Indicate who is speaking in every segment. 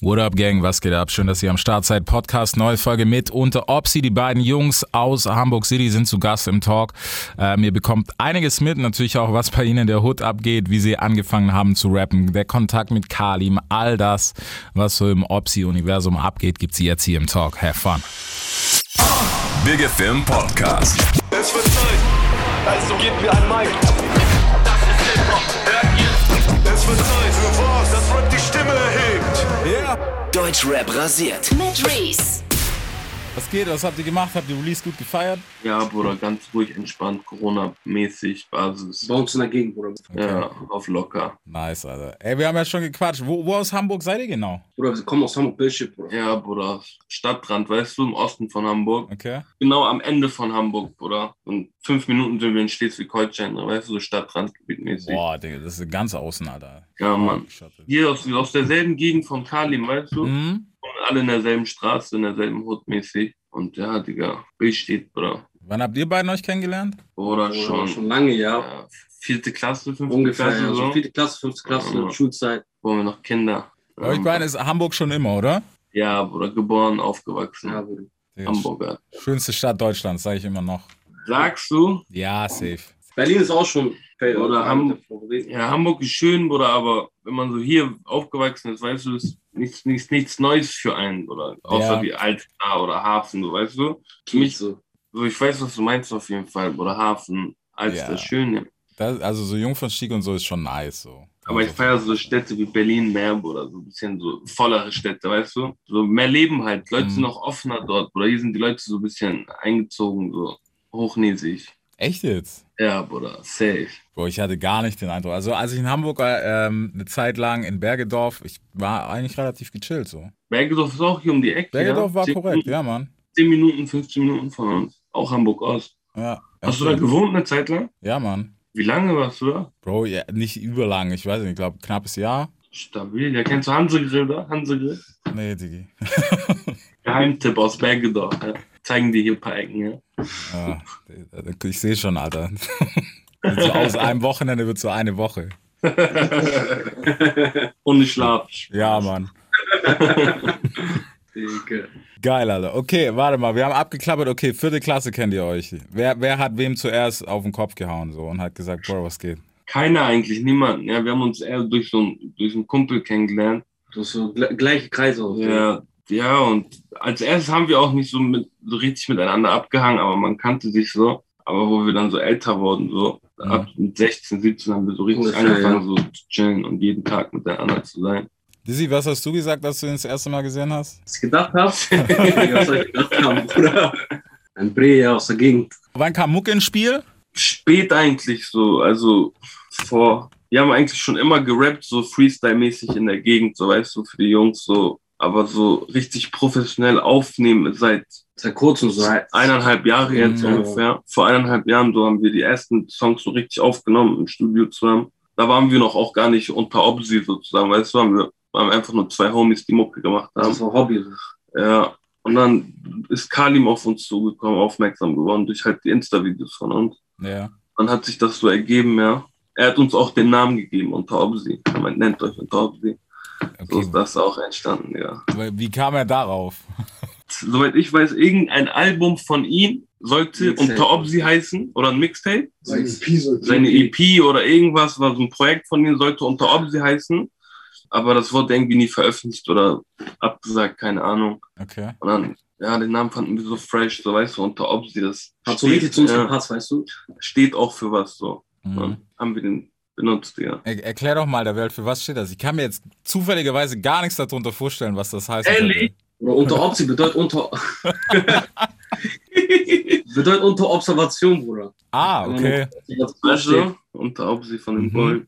Speaker 1: What up, Gang? Was geht ab? Schön, dass ihr am Start seid. Podcast, neue Folge mit unter Opsi. Die beiden Jungs aus Hamburg City sind zu Gast im Talk. Ähm, ihr bekommt einiges mit, natürlich auch, was bei ihnen in der Hood abgeht, wie sie angefangen haben zu rappen, der Kontakt mit Kalim, all das, was so im Opsi-Universum abgeht, gibt's jetzt hier im Talk. Have fun.
Speaker 2: Big FM Podcast.
Speaker 3: Es wird Zeit. Also gib mir ein Mic. Es wird Zeit für was? Das Rap die Stimme erhebt.
Speaker 4: Deutschrap rasiert.
Speaker 5: Mit Reese.
Speaker 1: Was geht? Was habt ihr gemacht? Habt ihr Release gut gefeiert?
Speaker 6: Ja, Bruder, ganz ruhig, entspannt, Corona-mäßig, Basis.
Speaker 7: Bei uns in der Gegend, Bruder.
Speaker 6: Ja, auf locker.
Speaker 1: Nice, Alter. Ey, wir haben ja schon gequatscht. Wo, wo aus Hamburg seid ihr genau?
Speaker 7: Bruder, wir kommen aus Hamburg Billship, Bruder.
Speaker 6: Ja, Bruder, Stadtrand, weißt du, im Osten von Hamburg.
Speaker 1: Okay.
Speaker 6: Genau am Ende von Hamburg, Bruder. Und fünf Minuten sind wir in Schleswig-Holstein, weißt du, so Stadtrandgebiet-mäßig.
Speaker 1: Boah, Digga, das ist ganz außen, Alter.
Speaker 6: Ja, Mann. Hier aus, aus derselben Gegend von Kalim, weißt du?
Speaker 1: Mhm.
Speaker 6: Und alle in derselben Straße, in derselben Hut mäßig. Und ja, Digga, Bild steht, Bruder.
Speaker 1: Wann habt ihr beiden euch kennengelernt?
Speaker 6: Bruder,
Speaker 7: Bruder,
Speaker 6: schon.
Speaker 7: schon lange, ja.
Speaker 6: Ja, vierte Klasse, fünfte
Speaker 7: Ungefähr,
Speaker 6: Klasse,
Speaker 7: ja.
Speaker 6: so.
Speaker 7: So vierte Klasse, fünfte Klasse,
Speaker 6: Ja.
Speaker 7: Schulzeit.
Speaker 6: Wo wir noch Kinder.
Speaker 1: Bei euch
Speaker 6: Ähm,
Speaker 1: beiden ist Hamburg schon immer, oder?
Speaker 6: Ja, Bruder, geboren, aufgewachsen.
Speaker 7: Ja, Bruder.
Speaker 1: Digga,
Speaker 6: Hamburger.
Speaker 1: Schönste Stadt Deutschlands, sage ich immer noch.
Speaker 6: Sagst du?
Speaker 1: Ja, safe.
Speaker 7: Berlin ist auch schon
Speaker 6: Oder
Speaker 7: einer
Speaker 6: Hamburg.
Speaker 7: der Favoriten.
Speaker 6: Ja, Hamburg ist schön, Bruder, aber wenn man so hier aufgewachsen ist, weißt du, ist nichts, nichts, nichts Neues für einen, Bruder. Außer
Speaker 1: Ja.
Speaker 6: wie Altklar oder Hafen, so, weißt du? Für
Speaker 7: Nicht
Speaker 6: mich,
Speaker 7: so.
Speaker 6: so, ich weiß, was du meinst auf jeden Fall, Bruder, Hafen, Alster,
Speaker 1: Ja.
Speaker 6: schön. ja.
Speaker 1: Das, also so Jungfernstieg und so ist schon nice. So.
Speaker 6: Aber ich
Speaker 1: also,
Speaker 6: feiere so Städte wie Berlin mehr, Bruder, so ein bisschen so vollere Städte, weißt du? So mehr Leben halt, Die Leute
Speaker 1: Mhm.
Speaker 6: sind noch offener dort, Bruder, hier sind die Leute so ein bisschen eingezogen, so hochnäsig.
Speaker 1: Echt jetzt?
Speaker 6: Ja, Bruder, safe.
Speaker 1: Boah, ich hatte gar nicht den Eindruck. Also als ich in Hamburg war, ähm, eine Zeit lang in Bergedorf, ich war eigentlich relativ gechillt so.
Speaker 6: Bergedorf ist auch hier um die Ecke.
Speaker 1: Bergedorf
Speaker 6: ja?
Speaker 1: war
Speaker 6: Zehn
Speaker 1: korrekt, ja, Mann.
Speaker 6: 10 Minuten, 15 Minuten von uns. Auch Hamburg Ost.
Speaker 1: Ja,
Speaker 6: Hast du da gewohnt eine Zeit lang?
Speaker 1: ja, Mann.
Speaker 6: Wie lange warst du da?
Speaker 1: Bro, ja, nicht überlang, ich weiß nicht, ich glaube knappes Jahr.
Speaker 6: Stabil. Ja, kennst du Hansegrill da? Hansegrill?
Speaker 1: Nee, Digi.
Speaker 6: Geheimtipp aus Bergedorf. Ja. Zeigen dir hier ein paar Ecken, ja?
Speaker 1: Ja, ich sehe schon, Alter. Wird so aus einem Wochenende wird so eine Woche.
Speaker 6: Ohne Schlaf.
Speaker 1: Ja, Mann.
Speaker 7: Digga.
Speaker 1: Geil, Alter. Okay, warte mal, wir haben abgeklappert. Okay, vierte Klasse kennt ihr euch. Wer, wer hat wem zuerst auf den Kopf gehauen so und hat gesagt, Bro, was geht?
Speaker 6: Keiner eigentlich, niemand. Ja, wir haben uns eher durch so einen, durch einen Kumpel kennengelernt.
Speaker 7: Du hast so gle- gleiche Kreise aus. Digga.
Speaker 6: Ja, ja, und als erstes haben wir auch nicht so, mit, so richtig miteinander abgehangen, aber man kannte sich so. Aber wo wir dann so älter wurden, so
Speaker 1: Mhm.
Speaker 6: ab mit 16, 17 haben wir so richtig
Speaker 7: Ungefähr,
Speaker 6: angefangen, so zu chillen und jeden Tag miteinander zu sein.
Speaker 1: Dizzy, was hast du gesagt, dass du ihn das erste Mal gesehen hast?
Speaker 7: Was ich gedacht hast? Digga, was soll ich gedacht haben, Bruder? Ein Bre, ja, aus der Gegend.
Speaker 1: Wann kam Mucke ins Spiel?
Speaker 6: spät eigentlich so, also vor, wir haben eigentlich schon immer gerappt, so Freestyle-mäßig in der Gegend, so weißt du, für die Jungs so, aber so richtig professionell aufnehmen seit
Speaker 7: Seit kurzem so. halt.
Speaker 6: eineinhalb Jahre jetzt
Speaker 7: Ja.
Speaker 6: ungefähr. Vor eineinhalb Jahren so haben wir die ersten Songs so richtig aufgenommen im Studio zusammen. Da waren wir noch auch gar nicht unter Obsi sozusagen, weißt du, haben wir haben einfach nur zwei Homies, die Mucke gemacht haben.
Speaker 7: Das war Hobby.
Speaker 6: Ja, und dann ist Kalim auf uns zugekommen, aufmerksam geworden durch halt die Insta-Videos von uns
Speaker 1: Ja.
Speaker 6: dann hat sich das so ergeben, ja. Er hat uns auch den Namen gegeben, unter Obsi. Er meint, nennt euch unter Obsi. So ist
Speaker 1: Okay.
Speaker 6: das auch entstanden, ja.
Speaker 1: Wie kam er darauf?
Speaker 6: Soweit ich weiß, irgendein Album von ihm sollte
Speaker 7: Mixtape.
Speaker 6: unter Obsi heißen oder ein Mixtape.
Speaker 8: Seine EP sollte.
Speaker 6: Seine EP oder irgendwas, war so ein Projekt von ihm, sollte unter Obsi heißen. Aber das wurde irgendwie nie veröffentlicht oder abgesagt, keine Ahnung.
Speaker 1: Okay.
Speaker 6: Und dann, ja, den Namen fanden wir so fresh, so weißt du, unter Obsi, das
Speaker 7: Hat so richtig zu uns
Speaker 6: ja,
Speaker 7: gepasst, weißt du?
Speaker 6: steht auch für was, so. Und
Speaker 1: Mhm.
Speaker 6: Dann haben wir den benutzt, ja.
Speaker 1: Er, erklär doch mal der Welt, für was steht das? Ich kann mir jetzt zufälligerweise gar nichts darunter vorstellen, was das heißt.
Speaker 6: Ehrlich?
Speaker 7: Oder unter Opsi bedeutet unter. bedeutet unter Observation, Bruder.
Speaker 1: Ah, okay.
Speaker 6: Flasche Also, unter Obsi von den
Speaker 1: Mhm.
Speaker 6: Bullen.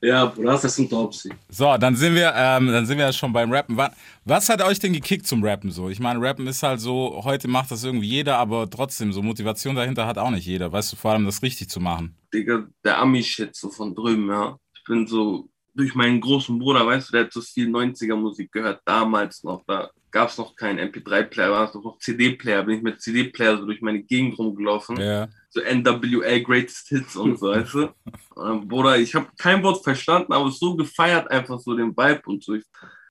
Speaker 7: Ja, Bruder, das ist unter Opsi.
Speaker 1: So, dann sind wir, ähm, dann sind wir ja schon beim Rappen. Was, was hat euch denn gekickt zum Rappen so? Ich meine, Rappen ist halt so, heute macht das irgendwie jeder, aber trotzdem, so Motivation dahinter hat auch nicht jeder. Weißt du, vor allem das richtig zu machen.
Speaker 6: Digga, der Ami-Shit so von drüben, ja. Ich bin so durch meinen großen Bruder, weißt du, der hat so viel 90er-Musik gehört, damals noch. Da gab es noch keinen MP3-Player, war es doch noch CD-Player, bin ich mit CD-Player so durch meine Gegend rumgelaufen.
Speaker 1: Ja.
Speaker 6: So NWA Greatest Hits und so, weißt du? Und dann, Bruder, ich habe kein Wort verstanden, aber so gefeiert einfach so den Vibe und so. Ich,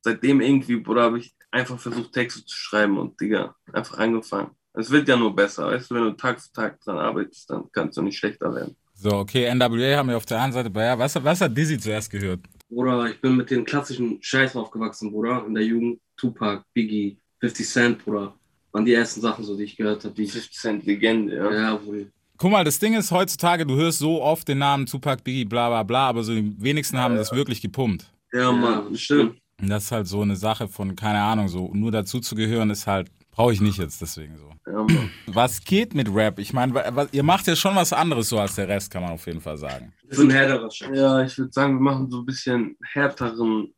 Speaker 6: seitdem irgendwie, Bruder, habe ich einfach versucht, Texte zu schreiben und Digga, einfach angefangen. Es wird ja nur besser, weißt du, wenn du Tag für Tag dran arbeitest, dann kannst du nicht schlechter werden.
Speaker 1: So, okay, NWA haben wir auf der einen Seite. Aber ja, was, was hat Dizzy zuerst gehört?
Speaker 7: Bruder, ich bin mit den klassischen Scheiß aufgewachsen, Bruder. In der Jugend Tupac, Biggie, 50 Cent, Bruder. Waren die ersten Sachen, so, die ich gehört habe, die ich.
Speaker 6: 50 Cent Legende, ja.
Speaker 7: Ja, Bruder.
Speaker 1: Guck mal, das Ding ist, heutzutage, du hörst so oft den Namen Tupac, Biggie, bla bla bla, aber so die wenigsten haben das wirklich gepumpt.
Speaker 6: Ja, Mann, stimmt.
Speaker 1: Und das ist halt so eine Sache von, keine Ahnung, so nur dazu zu gehören ist halt, brauche ich nicht jetzt deswegen so.
Speaker 6: Ja, Mann.
Speaker 1: Was geht mit Rap? Ich meine, wa- wa- ihr macht ja schon was anderes so als der Rest, kann man auf jeden Fall sagen.
Speaker 7: Das ist ein härterer Scheiß.
Speaker 6: ja ich würde sagen, wir machen so ein bisschen härteren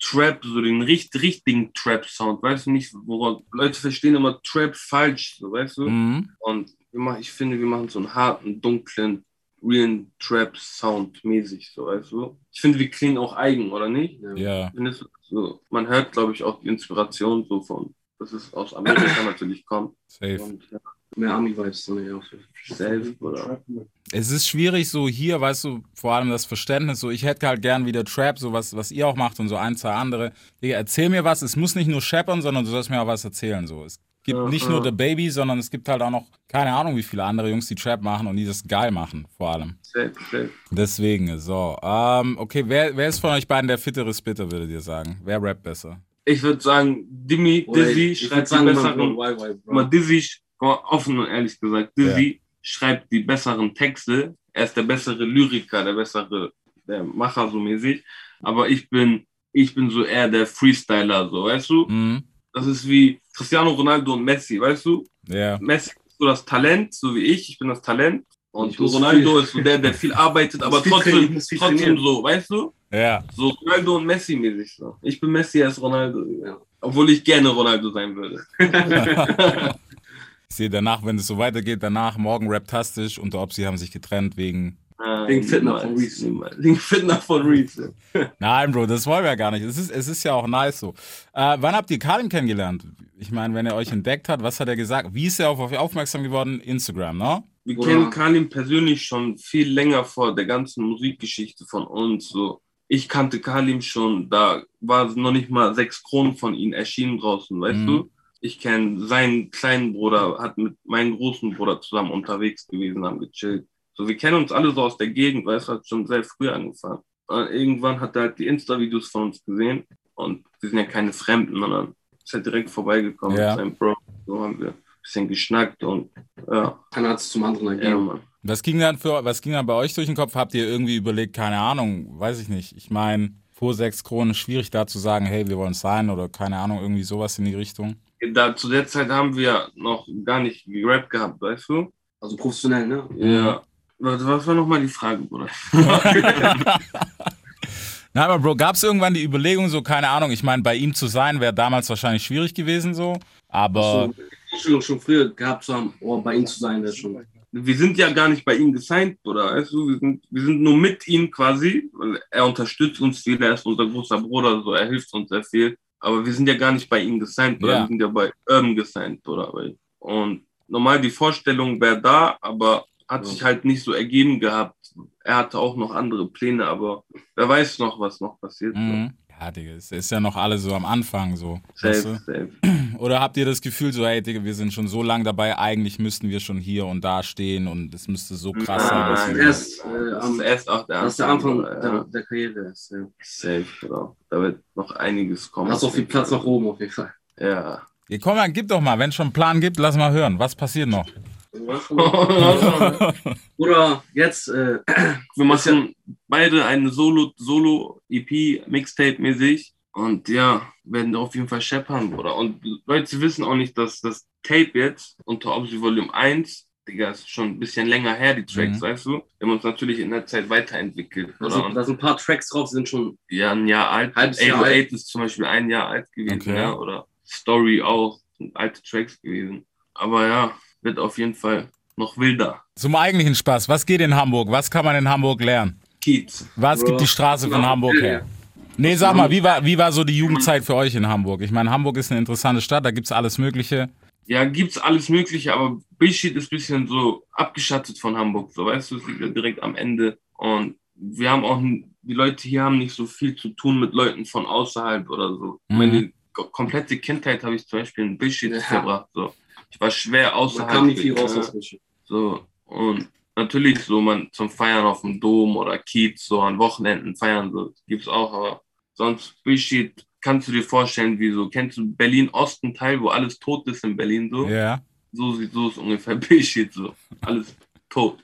Speaker 6: Trap, so den richt richtigen Trap-Sound. Weißt du nicht, woran Leute verstehen immer Trap falsch, so, weißt du?
Speaker 1: Mhm.
Speaker 6: Und wir machen, ich finde, wir machen so einen harten, dunklen, realen Trap-Sound mäßig, so, weißt du? Ich finde, wir klingen auch eigen, oder nicht?
Speaker 1: Ja.
Speaker 6: Findest du, so, man hört, glaube ich, auch die Inspiration so von, dass es aus Amerika natürlich kommt.
Speaker 1: Safe.
Speaker 6: Und ja,
Speaker 7: Mehr Ami-Vibes, so, ja. auf jeden Fall.
Speaker 6: selbst, oder?
Speaker 1: Es ist schwierig, so hier, weißt du, vor allem das Verständnis, so ich hätte halt gern wieder Trap, so was, was ihr auch macht und so ein, zwei andere. Digga, erzähl mir was, es muss nicht nur scheppern, sondern du sollst mir auch was erzählen, so. Es gibt
Speaker 6: Ja,
Speaker 1: nicht
Speaker 6: ja.
Speaker 1: nur The Baby, sondern es gibt halt auch noch, keine Ahnung, wie viele andere Jungs, die Trap machen und die das geil machen, vor allem.
Speaker 6: Selbst, selbst.
Speaker 1: Deswegen, so. Ähm, okay, wer, wer ist von euch beiden der fittere Spitter, würdet ihr sagen? Wer rappt besser?
Speaker 6: Ich würde sagen, Dimi,
Speaker 7: Bruder, ich-
Speaker 6: Dizzy
Speaker 7: ich würd
Speaker 6: schreibt die
Speaker 7: sagen,
Speaker 6: besseren.
Speaker 7: man- Why, why, Bro.
Speaker 6: Mal Dizzy, sch- mal offen und ehrlich gesagt, Dizzy schreibt die besseren Texte. Er ist der bessere Lyriker, der bessere der Macher so mäßig. Aber ich bin, ich bin so eher der Freestyler, so weißt du?
Speaker 1: Mhm.
Speaker 6: Das ist wie Cristiano Ronaldo und Messi, weißt du?
Speaker 1: Ja.
Speaker 6: Messi ist so das Talent, so wie ich, ich bin das Talent. Und
Speaker 7: Ich muss
Speaker 6: Ronaldo
Speaker 7: viel-
Speaker 6: ist so der, der viel arbeitet,
Speaker 7: muss
Speaker 6: aber
Speaker 7: viel trainieren, ich
Speaker 6: trotzdem,
Speaker 7: muss viel
Speaker 6: trotzdem
Speaker 7: trainieren.
Speaker 6: so, weißt du?
Speaker 1: Ja.
Speaker 6: So Ronaldo und Messi mäßig so. Ich bin Messi, er ist Ronaldo.
Speaker 7: Ja.
Speaker 6: Obwohl ich gerne Ronaldo sein würde.
Speaker 1: Ich sehe danach, wenn es so weitergeht, danach morgen raptastisch und der Opsi haben sich getrennt wegen.
Speaker 6: Nein,
Speaker 7: Wegen Fitner von
Speaker 6: niemals,
Speaker 7: Reese.
Speaker 6: niemals. Wegen Fitner von Reese.
Speaker 1: Nein, Bro, das wollen wir ja gar nicht. Es ist, es ist ja auch nice so. Äh, wann habt ihr Karim kennengelernt? Ich meine, wenn er euch entdeckt hat, was hat er gesagt? Wie ist er auf euch aufmerksam geworden? Instagram, ne?
Speaker 6: Wir
Speaker 7: Oder-
Speaker 6: kennen Kalim persönlich schon viel länger vor der ganzen Musikgeschichte von uns. So. Ich kannte Kalim schon, da war noch nicht mal sechs Kronen von ihm erschienen draußen, weißt
Speaker 1: Mhm.
Speaker 6: du? Ich kenne seinen kleinen Bruder, hat mit meinem großen Bruder zusammen unterwegs gewesen, haben gechillt. So, wir kennen uns alle so aus der Gegend, weißt du, hat schon sehr früh angefangen. Und irgendwann hat er halt die Insta-Videos von uns gesehen und wir sind ja keine Fremden, sondern ist halt direkt vorbeigekommen
Speaker 1: Ja.
Speaker 6: mit seinem Bro. So haben wir ein bisschen geschnackt und ja,
Speaker 7: Keiner hat es zum anderen
Speaker 6: ja,
Speaker 7: ergeben.
Speaker 6: Mann.
Speaker 1: Was ging dann für was ging dann bei euch durch den Kopf? Habt ihr irgendwie überlegt, keine Ahnung, weiß ich nicht. Ich meine, vor sechs Kronen schwierig da zu sagen, hey, wir wollen sein oder keine Ahnung, irgendwie sowas in die Richtung.
Speaker 6: da, zu der Zeit haben wir noch gar nicht gerappt gehabt, weißt du?
Speaker 7: Also professionell, ne?
Speaker 6: Ja. Was, was war nochmal die Frage, Bruder?
Speaker 1: Na, aber Bro, gab es irgendwann die Überlegung, so, keine Ahnung, ich meine, bei ihm zu sein, wäre damals wahrscheinlich schwierig gewesen, so. Aber
Speaker 7: So, die Vorstellung schon früher gehabt zu haben, oh, bei ihm zu sein, wäre schon.
Speaker 6: Wir sind ja gar nicht bei ihm gesigned, Bruder, weißt du? Wir sind, wir sind nur mit ihm quasi. weil Er unterstützt uns viel, er ist unser großer Bruder, so, er hilft uns sehr viel. Aber wir sind ja gar nicht bei ihm gesigned, Bruder.
Speaker 1: Ja.
Speaker 6: Wir sind ja bei Urban gesigned, Bruder. weil- Und normal die Vorstellung wäre da, aber hat
Speaker 7: Ja.
Speaker 6: sich halt nicht so ergeben gehabt. Er hatte auch noch andere Pläne, aber wer weiß noch, was noch passiert.
Speaker 1: mhm. ja, Digga, es ist ja noch alles so am Anfang so.
Speaker 6: So.
Speaker 1: Weißt
Speaker 6: Safe,
Speaker 1: du?
Speaker 6: safe.
Speaker 1: Oder habt ihr das Gefühl, so, hey, Digga, wir sind schon so lange dabei, eigentlich müssten wir schon hier und da stehen und es müsste so krass sein.
Speaker 6: Nein,
Speaker 1: was wir-
Speaker 6: nein,
Speaker 7: Erst, äh,
Speaker 6: Ah, Das
Speaker 7: am,
Speaker 6: ist erst auch der Anfang.
Speaker 7: das ist der Anfang
Speaker 6: oder?
Speaker 7: der,
Speaker 6: ja.
Speaker 7: der Karriere. Ist, ja.
Speaker 6: Safe, genau. Da wird noch einiges kommen.
Speaker 7: Hast auch viel Platz nach oben auf jeden Fall.
Speaker 6: Ja.
Speaker 1: Ja, komm mal, gib doch mal, wenn es schon einen Plan gibt, lass mal hören. Was passiert noch?
Speaker 7: Oder jetzt, äh,
Speaker 6: Wir machen beide eine Solo- Solo-EP, Mixtape-mäßig. Und ja, werden da auf jeden Fall scheppern, Bruder. Und Leute wissen auch nicht, dass das Tape jetzt unter Obsi Volume 1, Digga, ist schon ein bisschen länger her, die Tracks,
Speaker 1: Mhm.
Speaker 6: weißt du? Wir haben uns natürlich in der Zeit weiterentwickelt,
Speaker 7: da
Speaker 6: Bruder.
Speaker 7: sind,
Speaker 6: Und
Speaker 7: da sind ein paar Tracks drauf, sind schon
Speaker 6: ja, ein Jahr alt.
Speaker 7: Halbes Jahr
Speaker 6: 808 ist zum Beispiel ein Jahr alt gewesen,
Speaker 1: Okay.
Speaker 6: ja. Oder Story auch, sind alte Tracks gewesen. Aber ja, wird auf jeden Fall noch wilder.
Speaker 1: Zum eigentlichen Spaß, was geht in Hamburg? Was kann man in Hamburg lernen?
Speaker 6: Kiez.
Speaker 1: Was
Speaker 7: Bro,
Speaker 1: gibt die Straße von
Speaker 7: Ja,
Speaker 1: Hamburg
Speaker 7: ja.
Speaker 1: her? Nee, sag mal, wie war, wie war so die Jugendzeit für euch in Hamburg? Ich meine, Hamburg ist eine interessante Stadt, da gibt's alles Mögliche.
Speaker 6: Ja, gibt's alles Mögliche, aber Billstedt ist ein bisschen so abgeschattet von Hamburg, so weißt du, es liegt ja direkt am Ende. Und wir haben auch, n- die Leute hier haben nicht so viel zu tun mit Leuten von außerhalb oder so.
Speaker 1: Mhm.
Speaker 6: Meine ko- komplette Kindheit habe ich zum Beispiel in Billstedt
Speaker 7: Ja.
Speaker 6: verbracht. So. Ich war schwer
Speaker 7: Da
Speaker 6: außerhalb.
Speaker 7: kam nicht viel raus
Speaker 6: ne?
Speaker 7: aus München.
Speaker 6: So, und natürlich so man zum Feiern auf dem Dom oder Kiez, so an Wochenenden feiern, so gibt's auch, aber sonst besteht, kannst du dir vorstellen, wie so, kennst du Berlin-Osten Teil, wo alles tot ist in Berlin, so?
Speaker 1: Ja,
Speaker 6: So sieht so ist ungefähr besteht so. Alles tot.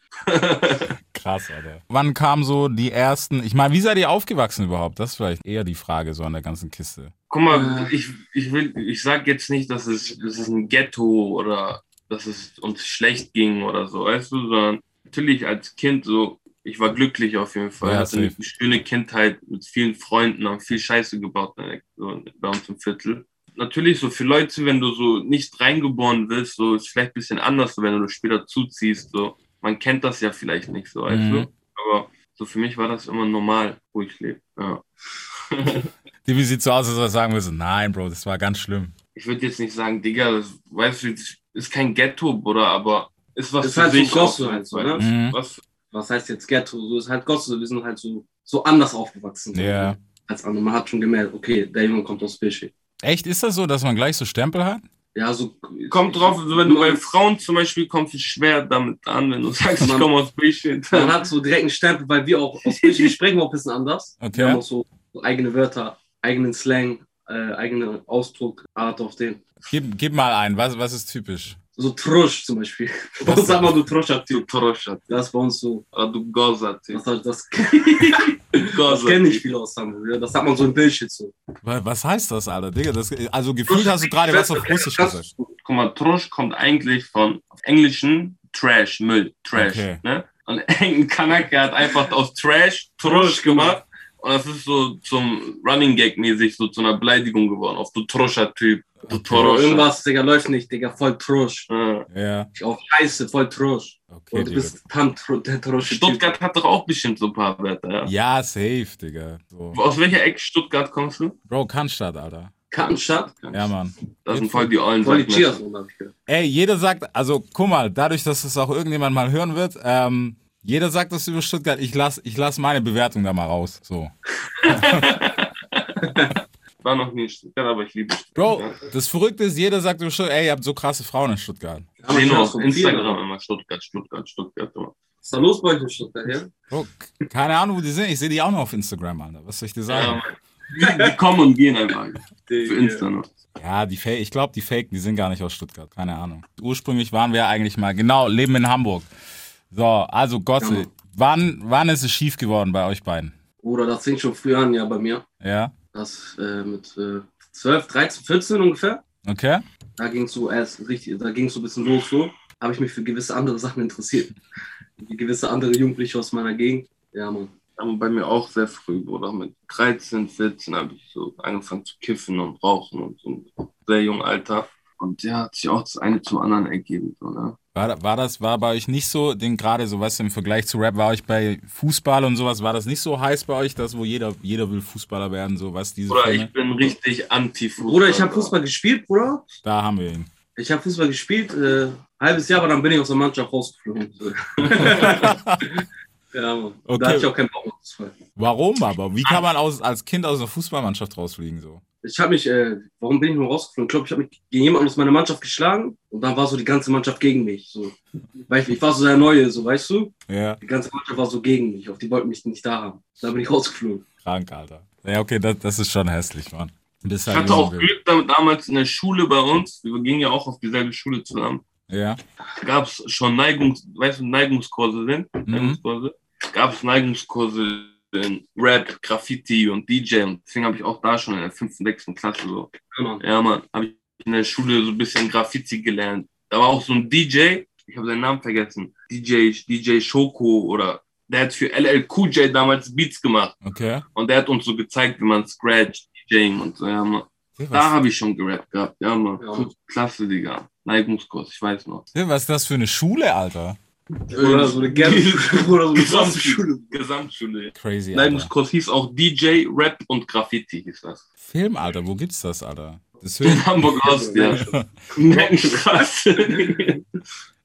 Speaker 1: krass, Alter. Wann kamen so die ersten, ich meine, wie seid ihr aufgewachsen überhaupt? Das ist vielleicht eher die Frage so an der ganzen Kiste.
Speaker 6: Guck mal, ich, ich will, ich sag jetzt nicht, dass es, das ist ein Ghetto oder dass es uns schlecht ging oder so, weißt du, sondern natürlich als Kind so, ich war glücklich auf jeden Fall.
Speaker 1: Ja,
Speaker 6: hatte eine
Speaker 1: safe.
Speaker 6: schöne Kindheit mit vielen Freunden, haben viel Scheiße gebaut ne, so bei uns im Viertel. Natürlich so für Leute, wenn du so nicht reingeboren bist, so ist vielleicht ein bisschen anders, so, wenn du später zuziehst, so. Man kennt das ja vielleicht nicht so, weißt
Speaker 1: Mhm.
Speaker 6: du? Aber so für mich war das immer normal, wo ich lebe, ja.
Speaker 1: Die, wie sieht so aus, dass wir sagen müssen, nein, Bro, das war ganz schlimm.
Speaker 6: ich würde jetzt nicht sagen, Digga, das, weißt du, das ist kein Ghetto, Bruder, aber ist was
Speaker 7: Ist halt so Gospel
Speaker 6: auch,
Speaker 7: halt so,
Speaker 6: weißt du,
Speaker 1: ne?
Speaker 6: Was,
Speaker 7: Was heißt jetzt Ghetto? So ist halt Gott, so, wir sind halt so, so anders aufgewachsen.
Speaker 1: Ja.
Speaker 7: Als andere. Man hat schon gemerkt, okay, der Junge kommt aus Billstedt.
Speaker 1: Echt, ist das so, dass man gleich so Stempel hat?
Speaker 7: Ja, so.
Speaker 6: kommt drauf, also wenn du bei Frauen zum Beispiel kommst, du schwer damit an, wenn du sagst, ich komme aus Billstedt.
Speaker 7: Man hat so direkt einen Stempel, weil wir auch aus Billstedt sprechen wir auch ein bisschen anders. Wir
Speaker 1: Okay.
Speaker 7: haben auch so, so eigene Wörter, eigenen Slang, äh, eigene Ausdruck, Art auf den.
Speaker 1: Gib, gib mal einen, was, was ist typisch?
Speaker 7: So Trusch zum Beispiel. Bei uns sagt man so
Speaker 6: Du
Speaker 7: Truscher-Typ.
Speaker 6: Troscher,
Speaker 7: Das ist bei uns so.
Speaker 6: oder du Gozer,
Speaker 7: Das,
Speaker 6: Typ.
Speaker 7: das, das, das
Speaker 6: Gozer,
Speaker 7: kenne ich
Speaker 6: Typ.
Speaker 7: viele aus Hamburg. ja. Das sagt man so in Billstedt so.
Speaker 1: Wa- Was heißt das, Alter? Digga, das, also gefühlt hast du gerade was auf Russisch gesagt.
Speaker 6: Guck mal, Trosch kommt eigentlich von auf Englischen Trash, Müll, Trash.
Speaker 1: Okay.
Speaker 6: Ne? Und ein Kanake hat einfach aus Trash Trosch gemacht. Und das ist so zum Running Gag mäßig, so zu einer Beleidigung geworden. Auf du Troscher-Typ, du
Speaker 7: Oder
Speaker 6: Toroscher.
Speaker 7: irgendwas, Digga, läuft nicht, Digga, voll Trusch.
Speaker 6: Ja.
Speaker 1: Ja,
Speaker 7: Ich auf Scheiße, voll Trusch.
Speaker 1: okay,
Speaker 7: Und du
Speaker 1: Digga.
Speaker 7: bist Tantro, der Trusche.
Speaker 6: Stuttgart hat doch auch bestimmt so ein paar Wörter, ja.
Speaker 1: Ja, safe, Digga. So.
Speaker 6: Aus welcher Ecke Stuttgart kommst du?
Speaker 1: Bro, Cannstatt, Alter.
Speaker 7: Kartenstadt.
Speaker 1: Ja, Mann.
Speaker 6: Das sind voll die Ollen.
Speaker 7: Voll die
Speaker 6: sagt man.
Speaker 7: Cheers, Mann, hab ich gehört.
Speaker 1: Ey, jeder sagt, also guck mal, dadurch, dass es auch irgendjemand mal hören wird, ähm, jeder sagt das über Stuttgart. Ich lass, ich lass meine Bewertung da mal raus. So.
Speaker 6: Ich war noch nie in Stuttgart, aber ich liebe
Speaker 1: Bro,
Speaker 6: Stuttgart.
Speaker 1: das Verrückte ist, jeder sagt über Stuttgart, ey, ihr habt so krasse Frauen in Stuttgart.
Speaker 6: Ich sehe nur auf
Speaker 7: Haben wir schon
Speaker 6: Instagram
Speaker 7: viel.
Speaker 6: immer Stuttgart, Stuttgart, Stuttgart. immer.
Speaker 7: Was ist da los bei euch in Stuttgart, ja?
Speaker 1: Bro, k- keine Ahnung, wo die sind. Ich sehe die auch noch auf Instagram, Alter. Was soll ich dir sagen?
Speaker 6: Die kommen und gehen einfach. Für Insta noch.
Speaker 1: Ja, die Fake, ich glaube, die Faken, die sind gar nicht aus Stuttgart. Keine Ahnung. Ursprünglich waren wir ja eigentlich mal, genau, leben in Hamburg. So, also Gotze,
Speaker 7: Ja, Mann.
Speaker 1: wann, wann ist es schief geworden bei euch beiden?
Speaker 7: Bruder, das fing schon früh an, ja, bei mir.
Speaker 1: Ja?
Speaker 7: Das äh, mit äh, 12, 13, 14 ungefähr.
Speaker 1: Okay?
Speaker 7: Da ging es so erst richtig, da ging es so ein bisschen los so. Habe ich mich für gewisse andere Sachen interessiert. Wie gewisse andere Jugendliche aus meiner Gegend. Ja, Mann.
Speaker 6: Aber bei mir auch sehr früh, Bruder. Mit 13, 14 habe ich so angefangen zu kiffen und rauchen und so im sehr jungen Alter. Und ja, hat sich auch das eine zum anderen ergeben, so, ne?
Speaker 1: War, da- war das, war bei euch nicht so, denn gerade so, weißt du, im Vergleich zu Rap war euch bei Fußball und sowas, war das nicht so heiß bei euch, dass wo jeder, jeder will Fußballer werden, so, weißt du, diese
Speaker 6: Bruder,
Speaker 1: Filme?
Speaker 6: ich bin richtig anti-Fußball.
Speaker 7: Bruder, ich habe Fußball gespielt, Bruder.
Speaker 1: Da haben wir ihn.
Speaker 7: Ich habe Fußball gespielt, äh, halbes Jahr, aber dann bin ich aus der Mannschaft rausgeflogen. ja, Mann.
Speaker 1: Okay.
Speaker 7: Da hatte ich auch keinen Bock mehr auf Fußball.
Speaker 1: Warum aber? Wie kann man aus, als Kind aus einer Fußballmannschaft rausfliegen, so?
Speaker 7: Ich habe mich, äh, warum bin ich nur rausgeflogen? Ich glaube, ich habe mich gegen jemanden aus meiner Mannschaft geschlagen und dann war so die ganze Mannschaft gegen mich. So. Weil ich, ich war so der Neue, so weißt du?
Speaker 1: Ja,
Speaker 7: Die ganze Mannschaft war so gegen mich, auf die wollten mich nicht da haben. Da bin ich rausgeflogen.
Speaker 1: krank, Alter. Ja, okay, das, das ist schon hässlich, Mann. Bist
Speaker 6: Ich
Speaker 1: halt
Speaker 6: hatte auch
Speaker 1: jung,
Speaker 6: Glück damit damals in der Schule bei uns. Wir gingen ja auch auf dieselbe Schule zusammen.
Speaker 1: Ja,
Speaker 6: Gab es schon Neigungs, weißt du, Neigungskurse sind?
Speaker 1: Mhm.
Speaker 6: Neigungskurse. Gab es Neigungskurse in Rap, Graffiti und DJ. Und deswegen habe ich auch da schon in der fünften, sechsten Klasse so
Speaker 7: Ja, Mann.
Speaker 6: Ja, Mann, habe ich in der Schule so ein bisschen Graffiti gelernt. Da war auch so ein DJ, ich habe seinen Namen vergessen, DJ, DJ Schoko oder der hat für LL Cool J damals Beats gemacht
Speaker 1: okay.
Speaker 6: und der hat uns so gezeigt, wie man Scratch, DJing und so, ja, Mann. Da
Speaker 1: Was,
Speaker 6: habe ich schon gerappt gehabt, ja, Mann.
Speaker 7: Ja.
Speaker 6: Klasse, Digga. Neigungskurs, ich weiß noch.
Speaker 1: was ist das für eine Schule, Alter?
Speaker 7: Oder so eine Gap. Oder Äh, so eine Gesamtschule.
Speaker 6: Gesamtschule.
Speaker 1: Crazy,
Speaker 6: Nein,
Speaker 1: Alter.
Speaker 6: das Kurs hieß auch DJ, Rap und Graffiti hieß das.
Speaker 1: Film, Alter, wo gibt's das, Alter? Das höre
Speaker 6: In Hamburg Ost, ja. Neckenstraße.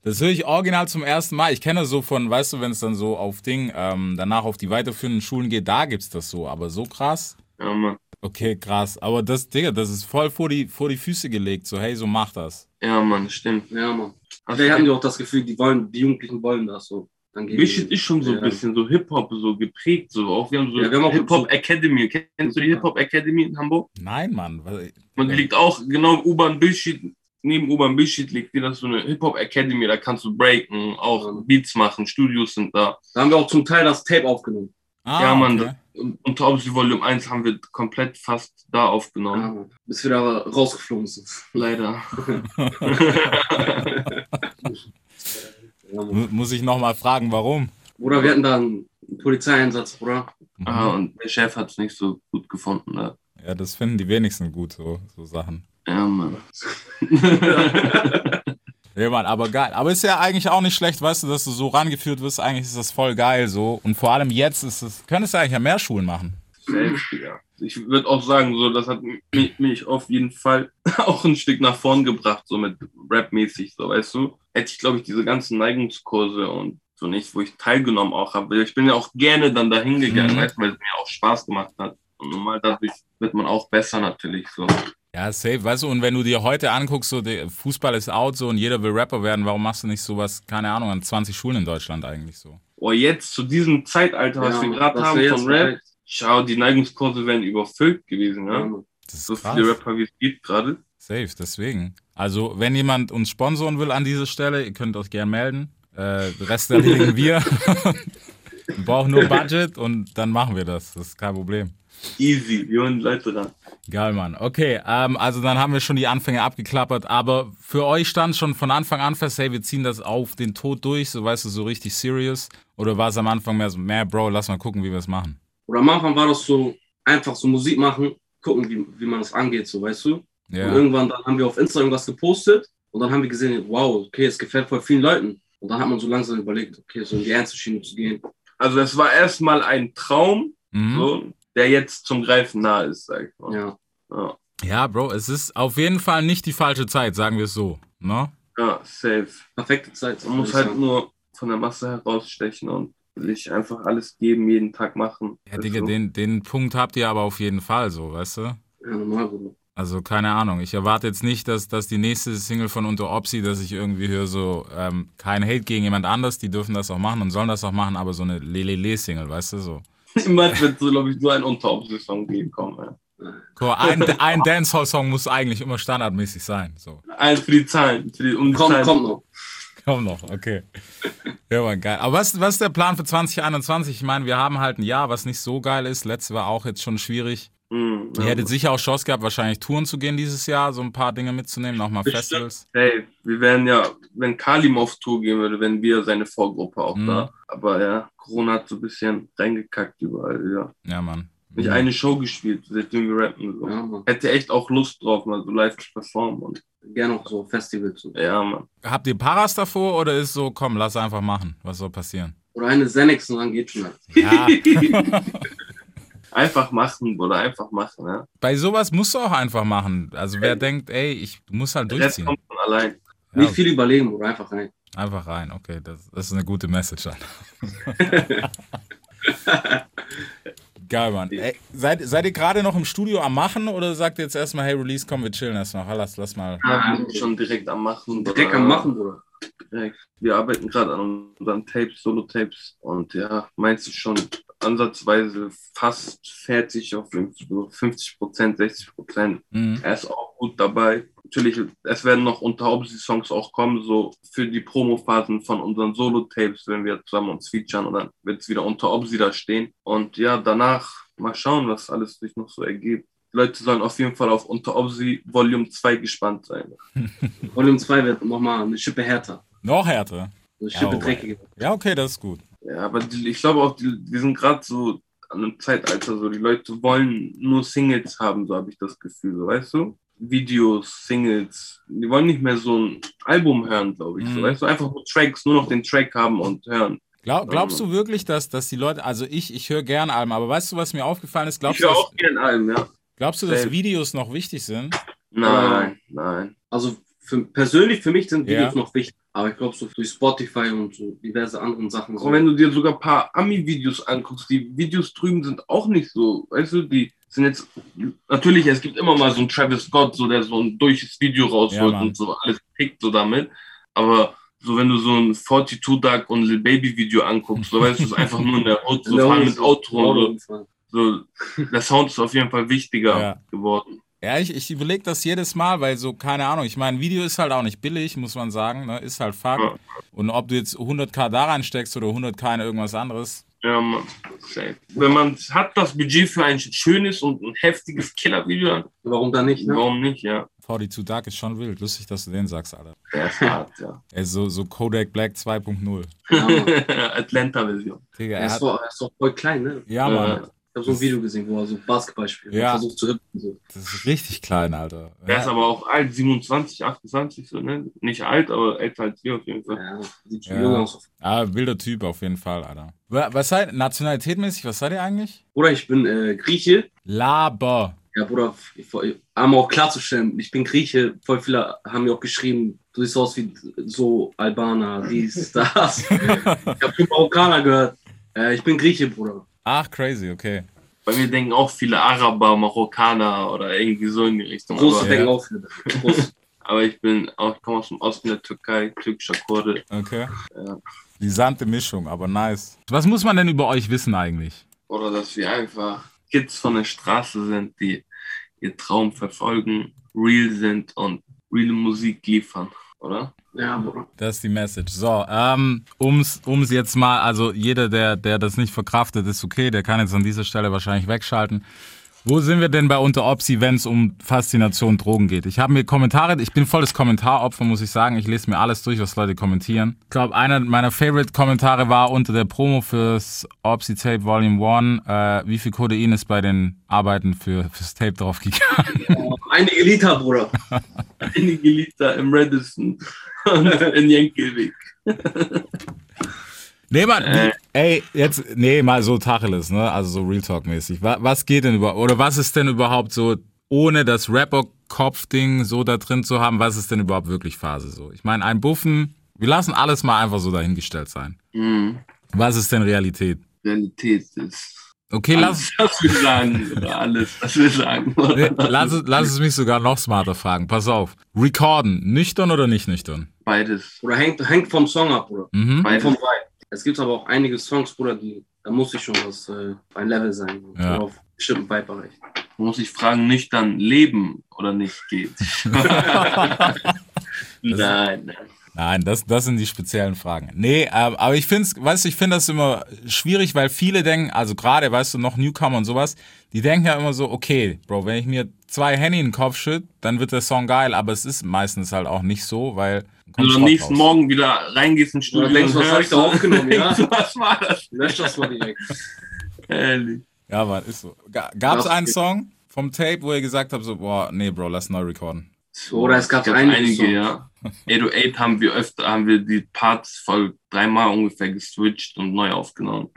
Speaker 1: Das höre ich original zum ersten Mal. Ich kenne das so von, weißt du, wenn es dann so auf Ding, ähm, danach auf die weiterführenden Schulen geht, da gibt's das so. Aber so krass.
Speaker 6: ja, Mann.
Speaker 1: Okay, krass. Aber das, Digga, das ist voll vor die, vor die Füße gelegt. So, hey, so mach das.
Speaker 6: Ja, Mann, stimmt.
Speaker 7: Ja, Mann.
Speaker 6: Also,
Speaker 7: Vielleicht hatten die auch das Gefühl, die wollen, die Jugendlichen wollen das so. Dann gehen
Speaker 6: mich
Speaker 7: die-
Speaker 6: ist schon so ein
Speaker 7: Ja.
Speaker 6: bisschen so Hip-Hop so geprägt. So. Auch, wir haben so
Speaker 7: Ja, wir haben auch
Speaker 6: Hip-Hop
Speaker 7: so-
Speaker 6: Academy. Kennst du die Hip-Hop Academy in Hamburg?
Speaker 1: Nein, Mann. weil-
Speaker 6: Man
Speaker 1: Ja.
Speaker 6: liegt auch genau im U-Bahn Bildschirm. Neben U-Bahn Bildschirm liegt wieder so eine Hip-Hop Academy. Da kannst du breaken, auch Beats machen. Studios sind da.
Speaker 7: Da haben wir auch zum Teil das Tape aufgenommen.
Speaker 1: Ah,
Speaker 6: Ja, Mann,
Speaker 1: okay.
Speaker 6: Und, und Taubsi Volume 1 haben wir komplett fast da aufgenommen.
Speaker 7: Ja, Mann. Bis wir da rausgeflogen sind.
Speaker 6: Leider.
Speaker 7: Ja, Mann.
Speaker 1: Mu- Muss ich nochmal fragen, warum?
Speaker 7: Bruder, wir hatten da einen Polizeieinsatz, Bruder.
Speaker 1: Mhm.
Speaker 6: ah, und der Chef hat es nicht so gut gefunden. Ne?
Speaker 1: Ja, das finden die wenigsten gut, so, so Sachen.
Speaker 6: Ja, Mann.
Speaker 1: Ja, Mann, aber geil. Aber ist ja eigentlich auch nicht schlecht, weißt du, dass du so rangeführt wirst. Eigentlich ist das voll geil so. Und vor allem jetzt ist es, könntest du eigentlich ja mehr Schulen machen.
Speaker 6: Selbst, ja. Ich würde auch sagen, so, das hat mich, mich auf jeden Fall auch ein Stück nach vorn gebracht, so mit Rap-mäßig, so, weißt du? Hätte ich, glaube ich, diese ganzen Neigungskurse und so nicht, wo ich teilgenommen auch habe. Ich bin ja auch gerne dann dahin gegangen,
Speaker 1: Mhm.
Speaker 6: weißt du, weil es mir auch Spaß gemacht hat. Und normal dadurch wird man auch besser natürlich, so.
Speaker 1: Ja, safe, weißt du, und wenn du dir heute anguckst, so der Fußball ist out so und jeder will Rapper werden, warum machst du nicht sowas, keine Ahnung, an 20 Schulen in Deutschland eigentlich so?
Speaker 6: Oh, jetzt zu diesem Zeitalter, was wir
Speaker 7: Ja,
Speaker 6: halt
Speaker 7: Mann.
Speaker 6: gerade
Speaker 7: Was
Speaker 6: haben
Speaker 7: wir
Speaker 6: von
Speaker 7: jetzt
Speaker 6: Rap,
Speaker 7: bereit-
Speaker 6: schau, die Neigungskurse wären überfüllt gewesen,
Speaker 7: Ja,
Speaker 6: ja.
Speaker 7: Mann.
Speaker 1: Das
Speaker 6: So
Speaker 1: ist krass.
Speaker 6: viele Rapper, wie es gibt gerade.
Speaker 1: Safe, deswegen. Also, wenn jemand uns sponsoren will an dieser Stelle, ihr könnt euch gerne melden. Äh, den Rest erledigen wir. wir brauchen nur Budget und dann machen wir das. Das ist kein Problem.
Speaker 6: Easy, wir holen Leute ran.
Speaker 1: Geil, Mann. Okay, ähm, also dann haben wir schon die Anfänge abgeklappert, aber für euch stand schon von Anfang an fest, hey, wir ziehen das auf den Tod durch, so weißt du, so richtig serious. Oder war es am Anfang mehr so, mehr, Bro, lass mal gucken, wie wir es machen.
Speaker 7: Oder am Anfang war das so einfach so Musik machen, gucken, wie, wie man das angeht, so, weißt du?
Speaker 1: Ja,
Speaker 7: Und irgendwann dann haben wir auf Instagram was gepostet und dann haben wir gesehen, wow, okay, es gefällt voll vielen Leuten. Und dann hat man so langsam überlegt, okay, so in die ernste Schiene zu gehen.
Speaker 6: Also es war erstmal ein Traum,
Speaker 1: mhm.
Speaker 6: so, der jetzt zum Greifen nahe ist, sag ich mal.
Speaker 7: Ja,
Speaker 6: Ja,
Speaker 1: ja Bro, es ist auf jeden Fall nicht die falsche Zeit, sagen wir es so. Ne?
Speaker 6: ja safe.
Speaker 7: perfekte Zeit.
Speaker 6: Man muss
Speaker 7: würde ich
Speaker 6: halt
Speaker 7: sagen.
Speaker 6: nur von der Masse herausstechen und sich einfach alles geben, jeden Tag machen. Also,
Speaker 1: Ja,
Speaker 6: Weißt
Speaker 1: Digga,
Speaker 6: du?
Speaker 1: den, den Punkt habt ihr aber auf jeden Fall so, weißt du?
Speaker 7: Ja, normal, Bruder.
Speaker 1: Also keine Ahnung. Ich erwarte jetzt nicht, dass, dass die nächste Single von Unter Opsi, dass ich irgendwie höre, so ähm, kein Hate gegen jemand anders, die dürfen das auch machen und sollen das auch machen, aber so eine Lelele-Single, weißt du so.
Speaker 6: Niemand wird so, glaube ich, nur ein Unterobsession geben kommen. Ja.
Speaker 1: Cool, ein, ein Dancehall-Song muss eigentlich immer standardmäßig sein. So.
Speaker 6: Eins für die Zahlen, für die, um die
Speaker 7: Komm,
Speaker 6: Zahlen.
Speaker 7: kommt noch.
Speaker 1: Komm noch, okay. Ja, man, geil. Aber was, was ist der Plan für 2021? Ich meine, wir haben halt ein Jahr, was nicht so geil ist. Letztes war auch jetzt schon schwierig.
Speaker 6: Mhm,
Speaker 1: Ihr
Speaker 6: ja.
Speaker 1: hättet sicher auch Chance gehabt, wahrscheinlich Touren zu gehen dieses Jahr, so ein paar Dinge mitzunehmen, nochmal
Speaker 6: Bestimmt.
Speaker 1: Festivals.
Speaker 6: Hey, wir wären ja, wenn Kalim auf Tour gehen würde, wären wir seine Vorgruppe auch
Speaker 1: Mhm.
Speaker 6: da. Aber ja, Corona hat so ein bisschen reingekackt überall, ja.
Speaker 1: Ja, Mann.
Speaker 6: Nicht eine Show gespielt, seitdem wir rappen. So.
Speaker 7: Ja, Mann.
Speaker 6: Hätte echt auch Lust drauf, mal so live zu performen. Und,
Speaker 7: Gerne auch so Festivals. So.
Speaker 6: ja, Mann.
Speaker 1: Habt ihr Paras davor oder ist so, komm, lass einfach machen, was soll passieren?
Speaker 7: Oder eine Xanax und dann geht schon halt.
Speaker 1: Ja,
Speaker 6: Einfach machen, Bruder, einfach machen, ja.
Speaker 1: bei sowas musst du auch einfach machen. Also wer denkt, ey, ich muss halt
Speaker 6: Der Rest
Speaker 1: durchziehen.
Speaker 6: kommt von allein.
Speaker 1: Ja.
Speaker 7: Nicht viel überlegen, Bruder, einfach rein.
Speaker 1: Einfach rein, okay, das, das ist eine gute Message. Alter. Geil, Mann. Ey, seid, seid ihr gerade noch im Studio am Machen oder sagt ihr jetzt erstmal, hey, Release, komm, wir chillen erstmal, lass, lass mal.
Speaker 6: Ja, wir sind schon direkt am Machen. Bruder.
Speaker 7: Direkt am Machen, Bruder.
Speaker 6: Direkt. Wir arbeiten gerade an unseren Tapes, Solo-Tapes. Und ja, meinst du schon ansatzweise fast fertig auf 50 Prozent, 60 Prozent.
Speaker 1: Mhm.
Speaker 6: Er ist auch gut dabei. Natürlich, es werden noch unter Obsi-Songs auch kommen, so für die Promophasen von unseren Solo-Tapes, wenn wir zusammen uns featuren und dann wird es wieder unter Obsi da stehen. Und ja, danach mal schauen, was alles sich noch so ergibt. Die Leute sollen auf jeden Fall auf unter Obsi Volume 2 gespannt sein.
Speaker 7: Volume 2 wird nochmal eine Schippe härter.
Speaker 1: Noch härter.
Speaker 7: Eine
Speaker 1: Ja,
Speaker 6: oh
Speaker 7: Schippe
Speaker 1: aber-
Speaker 7: dreckiger.
Speaker 1: Ja, okay, das ist gut.
Speaker 6: Ja, aber die, ich glaube auch, die, wir sind gerade so an einem Zeitalter, so die Leute wollen nur Singles haben, so habe ich das Gefühl, so, weißt du? Videos, Singles. Die wollen nicht mehr so ein Album hören, glaube
Speaker 7: Mhm.
Speaker 6: ich. So, weißt du, einfach nur Tracks, nur noch den Track haben und hören.
Speaker 1: Glaub, glaubst du wirklich, dass, dass die Leute, also ich, ich höre gern Alben, aber weißt du, was mir aufgefallen ist? Glaubst,
Speaker 6: Ich
Speaker 1: du,
Speaker 6: höre
Speaker 1: dass,
Speaker 6: auch gerne Alben, ja.
Speaker 1: glaubst du, dass
Speaker 6: Safe.
Speaker 1: Videos noch wichtig sind?
Speaker 6: Nein, nein.
Speaker 7: Ähm, Also für, persönlich für mich sind Videos
Speaker 1: Ja.
Speaker 7: noch wichtig, aber ich glaube so durch Spotify und so diverse anderen Sachen. So.
Speaker 6: Und wenn du dir sogar ein paar Ami-Videos anguckst, die Videos drüben sind auch nicht so, weißt du, die sind jetzt, natürlich, es gibt immer mal so einen Travis Scott, so der so ein durches Video rausholt
Speaker 1: Mann.
Speaker 6: und so alles pickt so damit, aber so wenn du so ein 42 Duck und Lil Baby Video anguckst, so weißt du, es ist einfach nur in der Auto, so fahren mit Auto und so, so, der Sound ist auf jeden Fall wichtiger
Speaker 1: Ja.
Speaker 6: geworden.
Speaker 1: Ja, ich, ich überlege das jedes Mal, weil so, keine Ahnung, ich meine, Video ist halt auch nicht billig, muss man sagen, ne? ist halt Fakt.
Speaker 6: Ja.
Speaker 1: Und ob du jetzt 100k da reinsteckst oder 100k in irgendwas anderes,
Speaker 6: Ja, man, safe. Wenn man hat das Budget für ein schönes und ein heftiges Killer-Video, dann
Speaker 7: Warum dann nicht? Ne?
Speaker 6: warum nicht, ja.
Speaker 1: 42 Dark ist schon wild. Lustig, dass du den sagst, Alter.
Speaker 6: Der ist hart, ja.
Speaker 1: Ey, so, so Kodak Black 2.0.
Speaker 7: Ja, Mann.
Speaker 6: Atlanta-Version.
Speaker 1: Digga,
Speaker 7: er,
Speaker 1: er
Speaker 7: ist
Speaker 1: hat,
Speaker 7: doch, er ist doch voll klein, ne?
Speaker 1: ja, Mann,
Speaker 7: Ich habe so ein Video gesehen, wo er so Basketball spielt
Speaker 1: Ja.
Speaker 7: und versucht zu hüpfen. So.
Speaker 1: das ist richtig klein, Alter.
Speaker 6: Der ist aber auch alt, 27, 28, so, ne? Nicht alt, aber älter als wir auf jeden Fall.
Speaker 7: Ja, sieht schon
Speaker 1: Ja.
Speaker 7: jung aus.
Speaker 1: Ah, wilder Typ auf jeden Fall, Alter. Wa- Was seid, nationalitätmäßig, was seid ihr eigentlich?
Speaker 7: Oder ich bin äh, Grieche.
Speaker 1: Laber.
Speaker 7: Ja, Bruder, ich, ich, einmal auch klarzustellen, ich bin Grieche. Voll viele haben mir auch geschrieben, du siehst aus wie so Albaner, dies, das. ich habe schon Marokkaner gehört. Äh, ich bin Grieche, Bruder.
Speaker 1: Ach, crazy, okay.
Speaker 6: Bei mir denken auch viele Araber, Marokkaner oder irgendwie so in die Richtung.
Speaker 7: Große
Speaker 6: Aber,
Speaker 7: denken auch viele. Große.
Speaker 6: aber ich bin auch, ich komme aus dem Osten der Türkei, türkischer Kurde.
Speaker 1: Okay.
Speaker 6: Ja.
Speaker 1: Die sanfte Mischung, aber nice. Was muss man denn über euch wissen eigentlich?
Speaker 6: Oder dass wir einfach Kids von der Straße sind, die ihr Traum verfolgen, real sind und reale Musik liefern, oder?
Speaker 7: ja, Bruder.
Speaker 1: Das ist die Message. So, ähm, um's, um's jetzt mal, also jeder, der, der das nicht verkraftet, ist okay, der kann jetzt an dieser Stelle wahrscheinlich wegschalten. Wo sind wir denn bei Unteropsi, wenn es um Faszination Drogen geht? Ich habe mir Kommentare, ich bin volles Kommentaropfer, muss ich sagen. Ich lese mir alles durch, was Leute kommentieren. Ich glaube, einer meiner Favorite-Kommentare war unter der Promo fürs Opsi-Tape Volume 1, äh, wie viel Codein ist bei den Arbeiten für, fürs Tape draufgegangen?
Speaker 7: Einige Liter, Bruder.
Speaker 6: Einige Liter im Redison und in Jenkelweg.
Speaker 1: Nee, Mann, die, ey, jetzt, nee, mal so Tacheles, ne? Also so Real Talk-mäßig. Was, was geht denn über, oder was ist denn überhaupt so, ohne das Rapper-Kopf-Ding so da drin zu haben, was ist denn überhaupt wirklich Phase so? Ich meine, ein Buffen, wir lassen alles mal einfach so dahingestellt sein.
Speaker 6: Mhm.
Speaker 1: Was ist denn Realität?
Speaker 6: Realität ist
Speaker 1: Okay, lass,
Speaker 6: Alles, was wir sagen, oder alles, was wir sagen.
Speaker 1: nee,
Speaker 6: Oder?
Speaker 1: lass, es- lass es mich sogar noch smarter fragen. Pass auf. Recorden, nüchtern oder nicht nüchtern?
Speaker 6: Beides.
Speaker 7: Bruder, hängt, hängt vom Song ab, Bruder.
Speaker 6: Hm.
Speaker 1: Mhm.
Speaker 7: Vom
Speaker 6: Beides.
Speaker 7: Vibe. Es gibt aber auch einige Songs, Bruder, die, da muss ich schon was äh, ein Level sein. Und
Speaker 1: Ja.
Speaker 7: Auf einem bestimmten Vibe-Bereich.
Speaker 6: Muss ich fragen, nüchtern leben oder nicht geht? nein, nein.
Speaker 1: Nein, das, das sind die speziellen Fragen. Nee, ähm, aber ich finde weißt du, ich finde das immer schwierig, weil viele denken, also gerade, weißt du, noch Newcomer und sowas, die denken ja immer so, okay, Bro, wenn ich mir zwei Handy in den Kopf schütt, dann wird der Song geil, aber es ist mehrstens halt auch nicht so, weil
Speaker 6: Wenn du Also am
Speaker 1: Schrott
Speaker 6: nächsten
Speaker 1: raus.
Speaker 6: Morgen wieder reingehst ins Studio,
Speaker 7: Oder denkst du, was hab ich da aufgenommen, ja?
Speaker 6: Denkst du, was war das?
Speaker 7: Lösch das mal direkt.
Speaker 6: Ehrlich.
Speaker 1: Ja, Mann, ist so. Ga- Gab's
Speaker 7: Das
Speaker 1: einen
Speaker 7: geht.
Speaker 1: Song vom Tape, wo ihr gesagt habt, so, boah, nee, Bro, lass neu recorden.
Speaker 7: Oder es gab
Speaker 6: Ich glaub,
Speaker 7: einige
Speaker 6: einige
Speaker 7: Songs.
Speaker 6: ja. 808 haben wir öfter, haben wir die Parts voll dreimal ungefähr geswitcht und neu aufgenommen.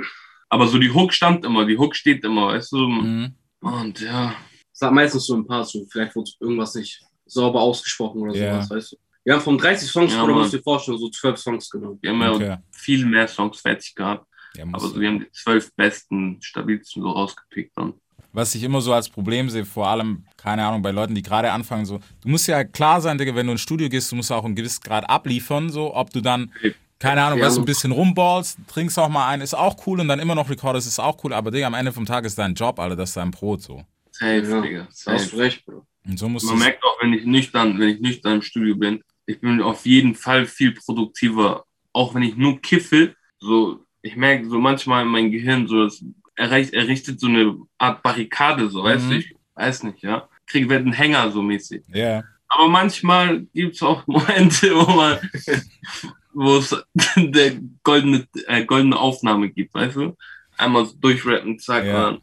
Speaker 6: Aber so die Hook stand immer, die Hook steht immer, weißt du?
Speaker 1: Mhm.
Speaker 6: Und ja.
Speaker 7: Es hat meistens so ein paar so, vielleicht wurde irgendwas nicht sauber ausgesprochen oder
Speaker 1: Ja.
Speaker 7: sowas, weißt du. Wir haben von 30 Songs,
Speaker 6: Ja,
Speaker 7: Bruder,
Speaker 6: Mann.
Speaker 7: musst du dir vorstellen, so 12 Songs genommen.
Speaker 6: Wir haben ja
Speaker 1: Okay.
Speaker 6: viel mehr Songs fertig gehabt.
Speaker 1: Ja,
Speaker 6: Aber
Speaker 1: muss,
Speaker 6: so, wir haben die zwölf besten, stabilsten so rausgepickt. Und
Speaker 1: was ich immer so als Problem sehe, vor allem, keine Ahnung, bei Leuten, die gerade anfangen, so, du musst ja klar sein, Digga, wenn du ins Studio gehst, du musst auch einen gewissen Grad abliefern, so, ob du dann, keine Ahnung,
Speaker 7: Ja,
Speaker 1: was, ein
Speaker 7: gut.
Speaker 1: bisschen rumballst, trinkst auch mal ein, ist auch cool und dann immer noch recordest, ist auch cool, aber Digga, am Ende vom Tag ist dein Job, Alter, das ist dein Brot, so.
Speaker 6: safe,
Speaker 7: Ja.
Speaker 6: Digga.
Speaker 7: Da hast du
Speaker 6: Safe.
Speaker 7: recht, Bruder.
Speaker 1: Und so musst
Speaker 6: Man
Speaker 1: du's-
Speaker 6: merkt auch, wenn ich nüchtern, wenn ich nüchtern im Studio bin, ich bin auf jeden Fall viel produktiver. Auch wenn ich nur kiffe, so, ich merke so manchmal mein Gehirn, so, das erreicht, errichtet so eine Art Barrikade, so, weißt
Speaker 1: Mhm.
Speaker 6: du, ich weiß nicht, ja. Krieg werd ein Hänger so mäßig.
Speaker 1: Ja.
Speaker 6: Aber manchmal gibt es auch Momente, wo man, wo es der goldene, äh, goldene Aufnahme gibt, weißt du? Einmal so durchrappen, zack,
Speaker 1: Ja.
Speaker 6: dann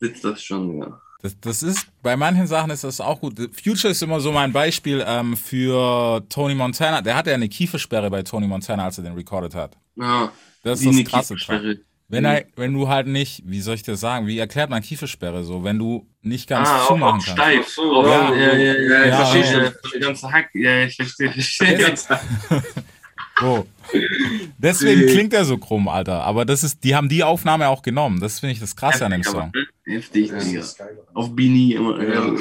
Speaker 6: sitzt das schon, ja.
Speaker 1: Das, das ist, bei manchen Sachen ist das auch gut. Future ist immer so mein Beispiel ähm, für Tony Montana. Der hatte ja eine Kiefersperre bei Tony Montana, als er den recorded hat.
Speaker 6: Ja,
Speaker 1: Das
Speaker 6: wie
Speaker 1: ist das
Speaker 6: eine
Speaker 1: Krasse. dran.
Speaker 6: Kiefersperre.
Speaker 1: Wenn, er, wenn du halt nicht, wie soll ich das sagen, wie erklärt man Kiefersperre so, wenn du nicht ganz
Speaker 6: Ah, auch,
Speaker 1: zumachen
Speaker 6: auch
Speaker 1: kannst?
Speaker 6: steif. So,
Speaker 1: Ja.
Speaker 6: ja, ja, ja, ja, ich
Speaker 1: Ja,
Speaker 6: verstehe
Speaker 1: ja.
Speaker 6: schon. So der ganze Hack. Ja, ich verstehe, ich verstehe.
Speaker 1: Jetzt- So. Deswegen klingt er so krumm, Alter. Aber das ist, die haben die Aufnahme auch genommen. Das finde ich das Krasse an dem Song.
Speaker 6: Heftig, Digga. Auf Bini immer.
Speaker 7: Ja.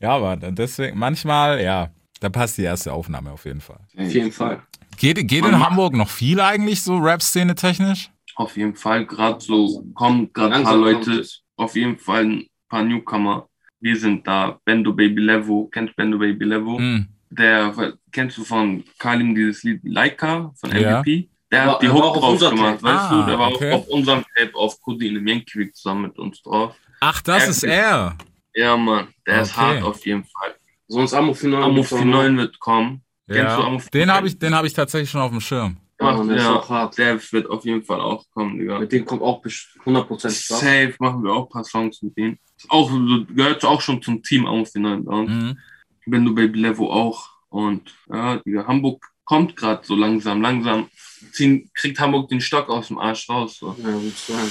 Speaker 1: Ja, aber deswegen, manchmal, ja, da passt die erste Aufnahme auf jeden Fall.
Speaker 7: Auf jeden Fall.
Speaker 1: Geht, geht in
Speaker 6: Man-
Speaker 1: Hamburg noch viel eigentlich so Rap-Szene technisch?
Speaker 6: Auf jeden Fall, gerade so kommen gerade ein paar
Speaker 7: Langsam kommt
Speaker 6: Leute,
Speaker 7: es.
Speaker 6: auf jeden Fall ein paar Newcomer. Wir sind da. Bendo Baby Levo, kennst Bendo Baby Levo?
Speaker 1: Hm.
Speaker 6: Der kennst du von Kalim dieses Lied Laika von
Speaker 1: Ja.
Speaker 6: MVP? Der
Speaker 7: Aber
Speaker 6: hat die
Speaker 7: er war auch
Speaker 6: Hook
Speaker 7: auf
Speaker 6: drauf
Speaker 7: unserem
Speaker 6: gemacht,
Speaker 1: Tape.
Speaker 6: weißt
Speaker 1: Ah,
Speaker 6: du? Der war
Speaker 1: okay.
Speaker 6: auch auf unserem Tape auf Kudi in dem Yankee zusammen mit uns drauf.
Speaker 1: Ach, das ist er.
Speaker 6: Ja, Mann, der ist
Speaker 1: Okay.
Speaker 6: hart auf jeden Fall.
Speaker 7: Sonst Amofinon.
Speaker 6: Amuf 9 wird kommen. Kennst du
Speaker 1: Ja.
Speaker 6: Amuf
Speaker 1: Den habe ich, den hab ich tatsächlich schon auf dem Schirm.
Speaker 7: Ja, der ne? ist
Speaker 6: Ja.
Speaker 7: auch hart.
Speaker 6: Der wird auf jeden Fall auch kommen, Digga.
Speaker 7: Mit dem kommt auch best- 100% Spaß.
Speaker 6: Safe machen wir auch ein paar Songs mit denen. Ist Auch, gehört auch schon zum Team auf den neuen Down.
Speaker 1: Mhm.
Speaker 6: Bin du Baby Levo auch. Und ja, Digga, Hamburg kommt gerade so langsam, langsam. Ziehen, kriegt Hamburg den Stock aus dem Arsch raus. So.
Speaker 7: Ja, würde ich sagen.